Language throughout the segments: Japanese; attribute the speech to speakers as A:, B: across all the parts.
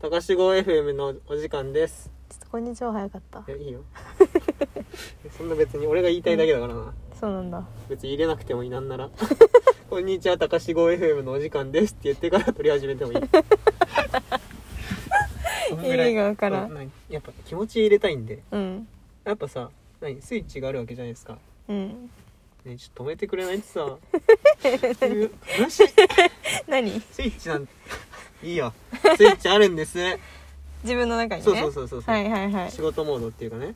A: 高志号 FM のお時間です
B: ちょっとこんにちは早かった
A: いやいいよ そんな別に俺が言いたいだけだからな、
B: そうなんだ
A: 別に入れなくてもいいなんな らこんにちは高志号 FM のお時間ですって言ってから取り始めてもいいそんぐらい
B: 意味がわからん
A: そう何やっぱ気持ち入れたいんで
B: うん
A: やっぱさ何スイッチがあるわけじゃないですか
B: うん
A: ねえちょっと止めてくれないってさいう悲しい
B: 何
A: スイッチなんいいよスイッチあるんですね
B: 自分の中にね
A: そうそうそうそうそう
B: はいはいはい
A: 仕事モードっていうかね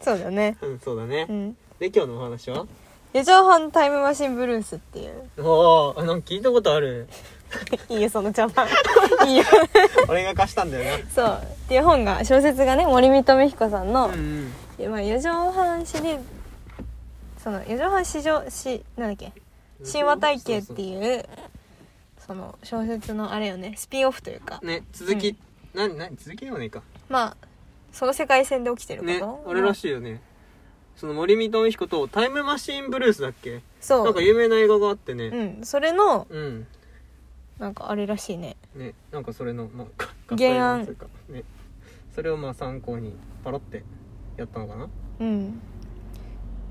B: そうだね
A: うんそうだね、
B: うん
A: で今日のお話は
B: 四畳半タイムマシンブルースっていう
A: おーあなんか聞いたことある
B: いいよその茶番 いいよ
A: 俺が貸したんだよ
B: そうっていう本が小説がね森見留彦さんの
A: な、 うん
B: まあ、四畳半シリーズその四畳半史上しなんだっけ神話体系って
A: う
B: いうその小説のあれよねスピンオフというか、
A: ね続き、なな続きでもないか
B: まあその世界線で起きてること、
A: ねあれらしいよね、その森見智彦と「タイムマシンブルース」だっけ
B: そう
A: なんか有名な映画があってね
B: うん、それの
A: うん、
B: なんかあれらしいね
A: ねなんかそれの、まあ、か
B: 原案
A: 合併というかねそれをまあ参考にパロってやったのかな
B: うん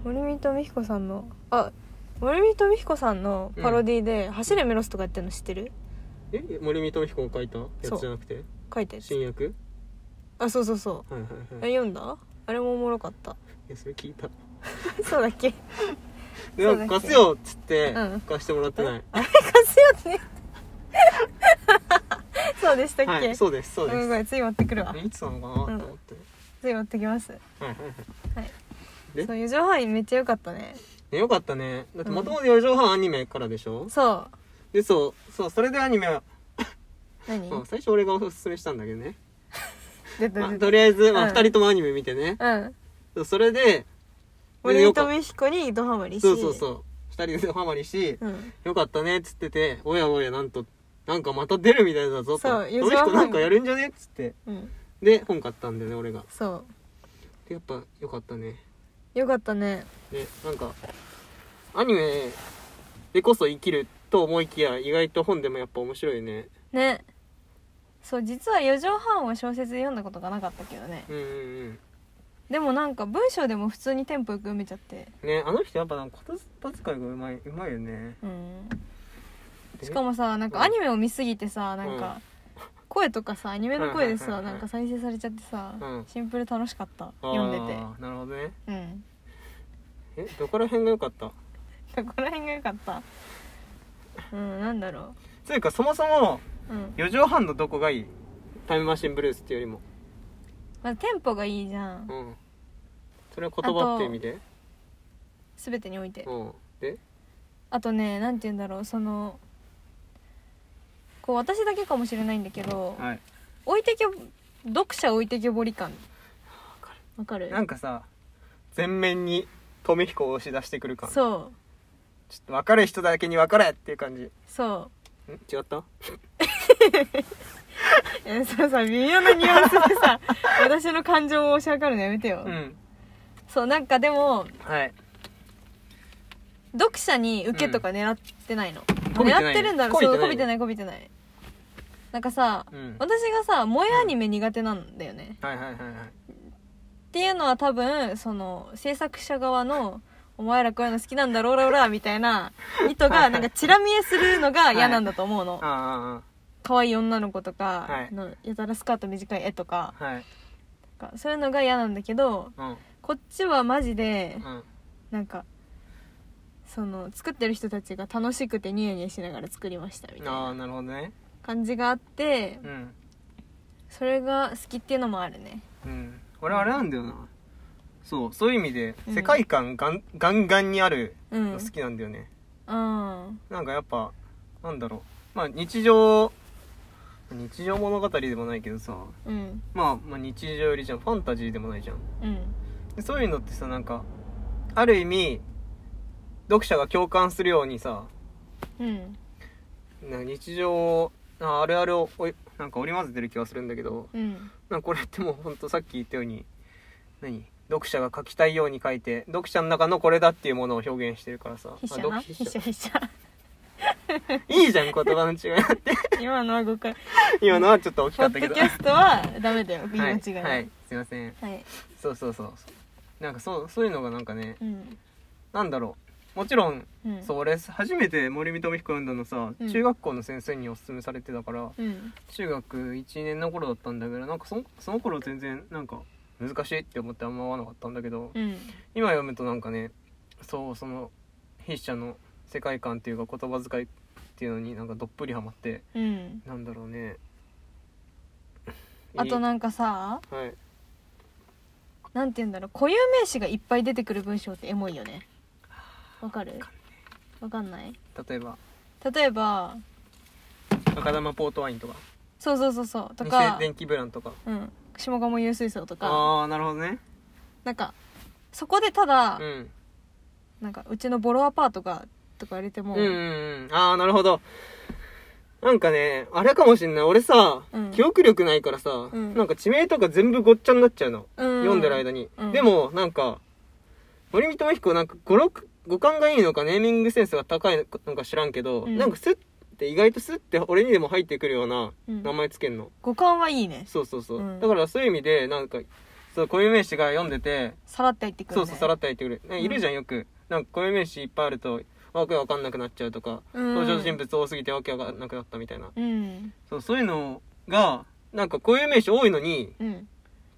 B: 森見と美彦さんのあ森見と美彦さんのパロディで「走れメロス」とかやってるの知ってる
A: え森見智彦が書いたやつじゃなくて
B: 書いてる
A: 新薬
B: あそうそうそう
A: はいは
B: あ
A: いはい
B: れ読んだあれもおもろかった
A: いやそれ聞いた
B: そうだっけ
A: で
B: そうだっけ
A: なんか貸すよっつって、
B: うん
A: 貸してもらってない
B: 貸すよね そうでしたっけ、
A: はいそうですそう
B: ごめ
A: で
B: ん
A: す
B: ごめんつい持ってくるわ
A: えいつなのかなと思って、
B: つい持ってきます
A: はいはいはいで
B: そう四畳半めっちゃ良かったね
A: ねよかったねだってもともと4畳半アニメからでしょ、
B: そう
A: でそうそうそれでアニメは、
B: 何
A: そう最初俺がおすすめしたんだけどね、
B: 出た
A: まあ、
B: 出
A: とりあえず、ま
B: う
A: あ、
B: ん
A: 2人ともアニメ見てね、
B: たうん
A: そうそれで
B: 森
A: よ
B: 見
A: か
B: と美彦にドハマりし
A: そうそうそう2人でハマりし、
B: うん
A: よかったねっつってておやおやなんとなんかまた出るみたいだぞと
B: そう
A: 友彦なんかやるんじゃねっつって
B: うん
A: で本買ったんだよね俺が
B: そ
A: でやっぱよかったね
B: うよかったね
A: でなんかアニメでこそ生きると思いきや意外と本でもやっぱ面白いね
B: ねそう実は四畳半を小説で読んだことがなかったけどね
A: うんうん
B: でもなんか文章でも普通にテンポよく読めちゃって
A: うんねあの人やっぱなんか言葉遣いがうまいうまいよね
B: うん
A: で
B: しかもさなんかアニメを見すぎてさなんか声とかさアニメの声で
A: はいは
B: さ
A: いはいはい
B: なんか再生されちゃってさ
A: うん
B: シンプル楽しかった読んでて
A: あーなるほどね
B: うん
A: えどこら辺が良かった
B: そこら辺が良かったうんなんだろ
A: というかそもそも
B: ううん、
A: 4畳半のどこがいいタイムマシンブルースっていうよりも
B: まあ、テンポがいいじゃん
A: うんそれは言葉っていう意味で
B: 全てにおいて
A: うんで
B: あとねなんて言うんだろうそのこう私だけかもしれないんだけど
A: はい
B: 置いてけぼ読者置いてけぼり感わかる
A: なんかさ全面に富彦を押し出してくる感ちょっ
B: そう
A: と分かる人だけに分かれっていう感じん
B: そ
A: 違った
B: ういやそのさ微妙なニュアンスで さ私の感情を押し上がるのやめてよ、
A: うん
B: そうなんかでも
A: はい
B: 読者に受けとか狙ってないの、
A: 媚びてない
B: 狙ってるんだろう
A: 媚びてない
B: そうこびてないこびてないなんかさ、
A: うん
B: 私がさ萌えアニメ苦手なんだよね、
A: はいはいはいはい
B: っていうのは多分その制作者側の「お前らこういうの好きなんだろオラオラ」みたいな意図がなんかチラ見えするのが嫌なんだと思うの
A: あ
B: 可愛い女の子と
A: は
B: か
A: い
B: のやたらスカート短い絵とか
A: あああはい
B: なんかそういうのが嫌なんだけど
A: うん
B: こっちはマジで
A: うん
B: なんかその作ってる人たちが楽しくてニヤニヤしながら作りましたみたい
A: ああな
B: な
A: るほどね
B: 感じがあって
A: うん
B: それが好きっていうのもあるね
A: うん俺あれなんだよなそうそういう意味で
B: うん
A: 世界観がんガンガンにある
B: うん
A: の好きなんだよね
B: うん
A: なんかやっぱなんだろうまあ日常日常物語でもないけどさ
B: うん
A: まあまあ日常よりじゃんファンタジーでもないじゃん
B: うん
A: でそういうのってさなんかある意味読者が共感するようにさ
B: うん
A: なんか日常をああるあるをおいなんか織り交ぜてる気がするんだけど
B: うん
A: なんかこれってもうほんとさっき言ったように何読者が書きたいように書いて読者の中のこれだっていうものを表現してるからさ
B: 筆
A: あ
B: 者
A: 読
B: な
A: 筆
B: 筆者筆者
A: いいじゃん言葉の違いなんて
B: 今のは誤解
A: 今のはちょっと大き
B: ポ
A: かっ
B: ッ
A: たけ
B: ド
A: ど
B: キャストはダメだよ言い間違い
A: はい、はい、すいません
B: はい
A: そうそうそうなんかそうそういうのがなんかね
B: うん
A: なんだろうもちろん、
B: うん
A: そう俺初めて森見富彦読んだのさ、
B: うん
A: 中学校の先生におすすめされてたから
B: うん
A: 中学1年の頃だったんだけどなんかそその頃全然なんか難しいって思ってあんま合わなかったんだけど、
B: うん
A: 今読むとなんかねそうその筆者の世界観っていうか言葉遣いっていうのになんかどっぷりハマって
B: うん
A: なんだろうね
B: あとなんかさ
A: いいはい
B: なんて言うんだろう固有名詞がいっぱい出てくる文章ってエモいよねわかるわかんない
A: 例えば
B: 例えば
A: 赤玉ポートワインとか
B: そうそうそうそうと
A: 偽
B: か、
A: 電気ブランとか
B: うん、下鴨有水槽とか
A: ああーなるほどね
B: なんかそこでただ、
A: うん
B: なんかうちのボロアパートがとか言われても、
A: うんうんうんああなるほどなんかねあれかもしんない俺さ、
B: うん
A: 記憶力ないからさ、
B: うん
A: なんか地名とか全部ごっちゃになっちゃうの、
B: うん
A: 読んでる間に、
B: うん
A: でもなんか森見智彦なんか語録語感がいいのかネーミングセンスが高いのか知らんけど、
B: うん
A: なんかスッて意外とスッて俺にでも入ってくるような
B: うん
A: 名前つけんの、
B: 五感はいいね
A: そうそうそう、
B: うん
A: だからそういう意味でなんかそう固有名詞が読んでて
B: さらって入ってくる、
A: そ
B: ね、
A: うそうさらって入ってくる、ね
B: うん
A: いるじゃんよくなんか固有名詞いっぱいあるとわけわかんなくなっちゃうとか、
B: うん
A: 登場人物多すぎてわけわかんなくなったみたいな
B: うん
A: そうそういうのがなんか固有名詞多いのに
B: うん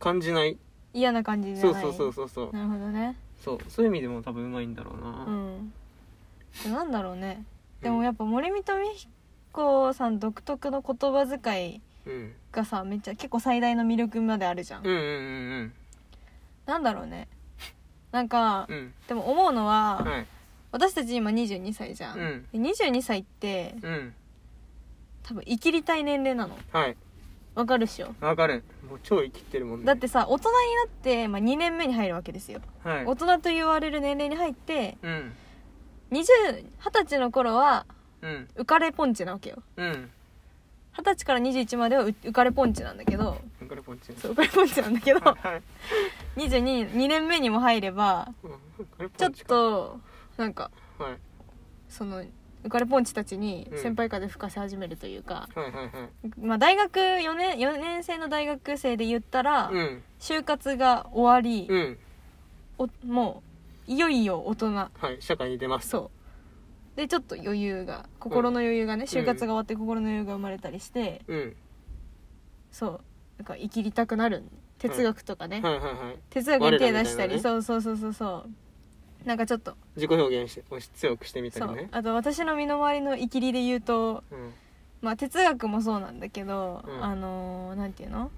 A: 感じない
B: 嫌な感じじゃ
A: そう
B: ない
A: そうそうそうそう
B: なるほどね
A: そうそういう意味でも多分うまいんだろう
B: う
A: な、
B: んでなんだろうねでもやっぱ森見富彦さん独特の言葉遣い
A: うん、
B: がさめっちゃ結構最大の魅力まであるじゃん、
A: うんうんうん
B: なんだろうねなんか
A: うんうん
B: でも思うのは、
A: はい
B: 私たち今22歳じゃん、
A: うん
B: で22歳って
A: うん
B: 多分生きりたい年齢なの
A: はい
B: わかるっしょ
A: わかるもう超生きてるもんね
B: だってさ大人になって、まあ、2年目に入るわけですよ
A: はい
B: 大人と言われる年齢に入って
A: うん
B: 2020歳の頃は
A: うん
B: 浮かれポンチなわけよ
A: うん
B: 二十歳から21まではう浮かれポンチなんだけど
A: これこっち
B: そう浮かれポンチなんだけど
A: はい
B: 22 2年目にも入ればちょっとなんか
A: はい
B: その浮かれポンチたちに
A: うん
B: 先輩風吹かせ始めるというか、
A: はいはいはい
B: まあ、大学4年4年生の大学生で言ったら、
A: うん
B: 就活が終わり、
A: うん
B: おもういよいよ大人
A: はい社会に出ます
B: そうでちょっと余裕が心の余裕がね、就活が終わって心の余裕が生まれたりして、
A: うん
B: そうなんか生きりたくなる哲学とかね、
A: はいはいはい
B: 哲学に手出した
A: 我らみ
B: り
A: たい
B: そうそうそうそうそうなんかちょっと
A: 自己表現して押し強くしてみた
B: そ
A: り
B: う、
A: ね
B: あと私の身の回りの生きりで言うと
A: うん
B: まあ哲学もそうなんだけど、
A: うん
B: あのー、なんていうの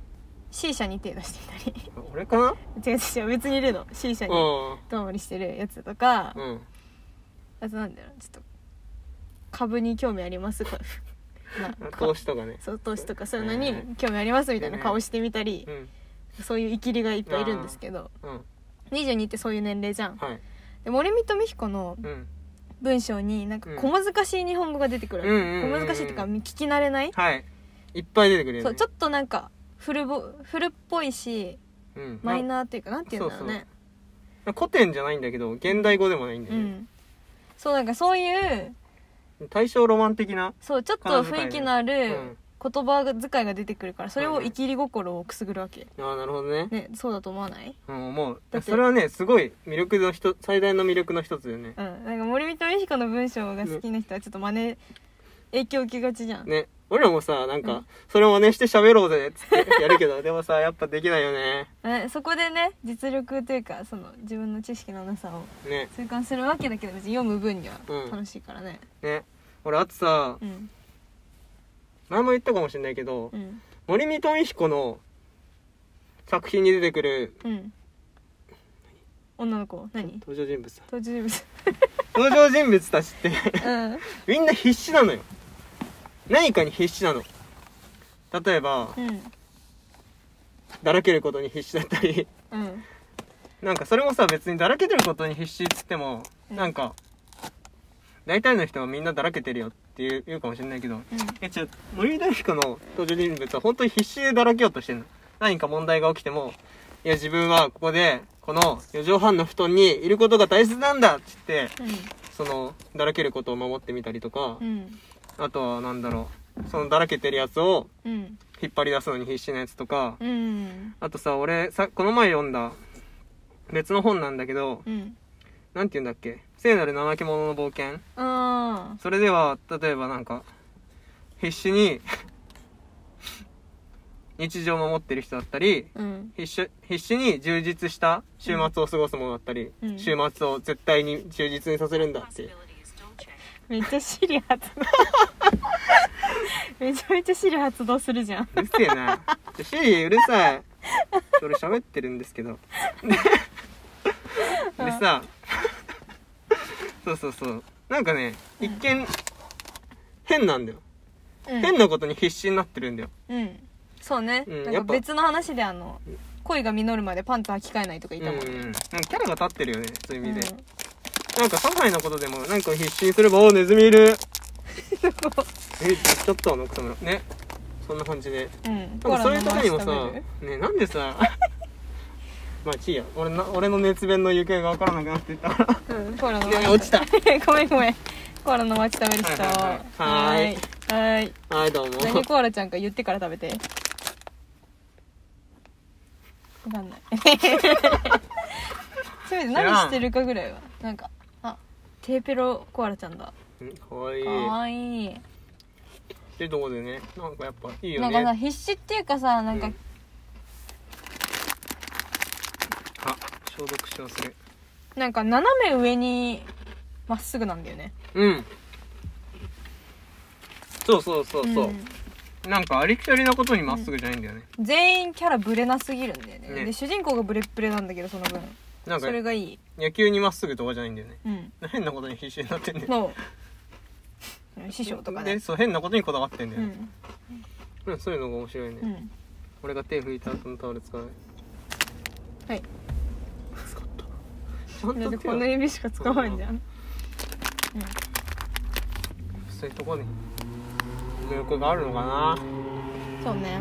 B: C 社に手出してみたり
A: 俺かな
B: 違う違う別にいるの C 社に
A: う
B: 遠回りしてるやつとか、
A: んうん
B: あとなんだろうちょっと株に興味ありますか な
A: 投資とかね
B: そう投資とかそういうの
A: はいはい
B: に興味ありますみたいな顔してみたり
A: う、ん
B: そういう生きりがいっぱいいるんですけど
A: うん
B: 22ってそういう年齢じゃん
A: はい
B: で森見と美彦の
A: うん
B: 文章になんか
A: うん
B: 小難しい日本語が出てくるわけ、
A: うんうんうんうん
B: 小難しいっていうか聞き慣れない、
A: はいいっぱい出てくるよね
B: そうちょっとなんか古ぼ古っぽいし
A: うん
B: マイナーっていうかなんていうんだろう
A: そう
B: ね
A: 古典じゃないんだけど現代語でもないんだ
B: う
A: よね、
B: んそうなんかそういう
A: 大正ロマン的な
B: そうちょっと雰囲気のあ
A: うん
B: る言葉遣いが出てくるからそれを生きり心をくすぐるわけ
A: ああなるほどね
B: ねそうだと思わない
A: うん思う
B: だって
A: それはねすごい魅力の一最大の魅力の一つだよね
B: うんなんか森見と美彦の文章が好きな人はちょっと真似影響受けがちじゃん、
A: ね俺らもさなん
B: う
A: か
B: ん
A: それを真似して喋ろうぜっつってやるけどでもさやっぱできないよね
B: ねそこでね実力というかその自分の知識のなさを
A: ね
B: 痛感するわけだけど別に読む分には
A: うん
B: 楽しいからね
A: ね俺あとさ
B: うん
A: 前も言ったかもしれないけど
B: うん
A: 森見富彦の作品に出てくる
B: うん女の子何
A: 登場人物
B: 登場人物
A: 登場人物たちって
B: うん
A: みんな必死なのよ何かに必死なの例えば
B: うん
A: だらけることに必死だったり
B: うん
A: なんかそれもさ別にだらけてることに必死っつっても
B: うん
A: なんか大体の人はみんなだらけてるよって言う言うかもしれないけど
B: うん
A: え違う森田彦の登場人物は本当に必死でだらけようとしてるの何か問題が起きてもいや自分はここでこの4畳半の布団にいることが大切なんだっつってそのだらけることを守ってみたりとか、
B: うん
A: あとはなんだろうそのだらけてるやつを
B: うん
A: 引っ張り出すのに必死なやつとか、
B: うん
A: あとさ俺さこの前読んだ別の本なんだけど
B: うん
A: なんて言うんだっけ「聖なる怠け者の冒険
B: あ」
A: それでは例えばなんか必死に 日常を守ってる人だったり
B: ーうん
A: 必死必死に充実した週末を過ごすものだったり、
B: うん
A: 週末を絶対に充実にさせるんだって
B: めっちゃシリ 発動めちゃめちゃシリ発動するじゃん
A: うるせえなちょシリうるさい俺喋ってるんですけどででさそうそうそうなんかね一見変なんだよ
B: うん
A: 変なことに必死になってるんだよ
B: うんそうね、
A: うん
B: なん
A: や
B: か
A: っぱ
B: 別の話であの恋が実るまでパンツ履き替えないとか
A: う
B: 言
A: ん
B: っ
A: う
B: た
A: ん
B: もん
A: なん
B: ね、
A: かキャラが立ってるよねそういううん意味で、なんか些細なことでもなんか必死にすればおーネズミい るえやっちゃったの草むらねそんな感じで
B: うん、
A: なんかそういうとこにも
B: コアラの
A: さ
B: 回し食べる
A: ねなんでさ まあちいや俺な俺の熱弁の行方が分からなくなってったから
B: うん、コアラの
A: いや落ちた
B: ごめんごめんコアラの街食べる人
A: はいはいはい
B: はーいはーい
A: はいどうも
B: 何コアラちゃんか言ってから食べてわかんない せめて何してるかぐらいはなんかあテーペロコアラちゃんだ
A: うんかわいい
B: か
A: っ
B: わいい
A: てとこでねなんかやっぱいいよ
B: なん
A: ね
B: かさ必死っていうかさなんか、
A: うんあ消毒し忘れ
B: なんか斜め上にまっすぐなんだよね
A: うんそうそうそうそう、なんかありきたりなことにまっすぐじゃないんだよね、
B: ん全員キャラブレなすぎるんだよね
A: ね
B: で主人公がブレッブレなんだけどその分
A: なんか
B: それがいい
A: 野球にまっすぐとかじゃないんだよね
B: うん
A: 変なことに必死になってんだよ
B: の師匠とか
A: で
B: ね
A: そう変なことにこだわってんだ
B: う
A: よね、
B: ん
A: うん、そういうのが面白いね、
B: うん
A: 俺が手拭いた後のタオル使わない
B: はい
A: 使ったちゃん
B: だっ
A: と
B: て
A: 手
B: こ
A: を
B: の指しか使わんじゃん
A: そういうとこに魅力があるのかな
B: そうね